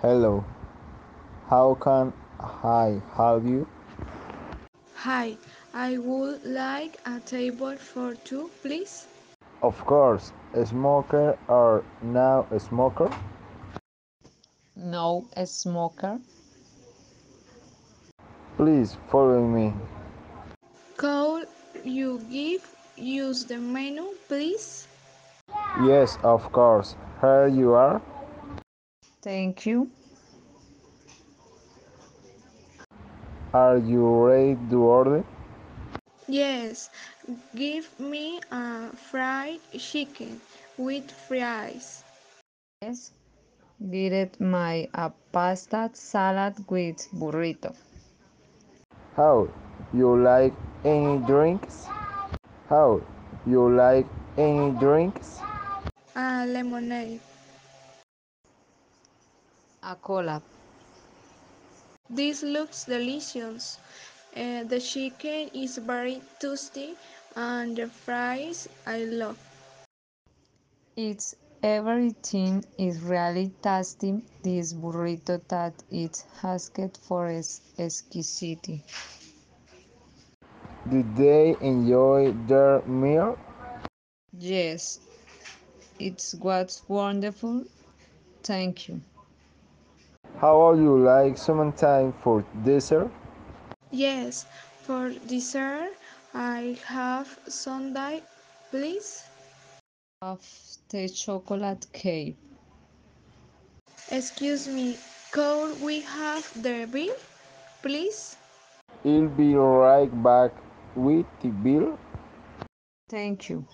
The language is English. Hello, how can I help you? Hi, I would like a table for two, please. Of course, smoker or now smoker? No smoker. Please follow me. Could you give use the menu, please? Yes, of course. Here you are. Thank you. Are you ready to order? Yes, give me a fried chicken with fries. Yes. Get it my a pasta salad with burrito. How you like any drinks? How you like any drinks? A lemonade. A cola. This looks delicious. Uh, the chicken is very toasty and the fries I love. It's everything is really tasty. This burrito that it has get for is exquisite. Did they enjoy their meal? Yes, it's what's wonderful. Thank you. How would you like some time for dessert? Yes, for dessert I have sundae, please. Of the chocolate cake. Excuse me, could we have the bill, please? I'll be right back with the bill. Thank you.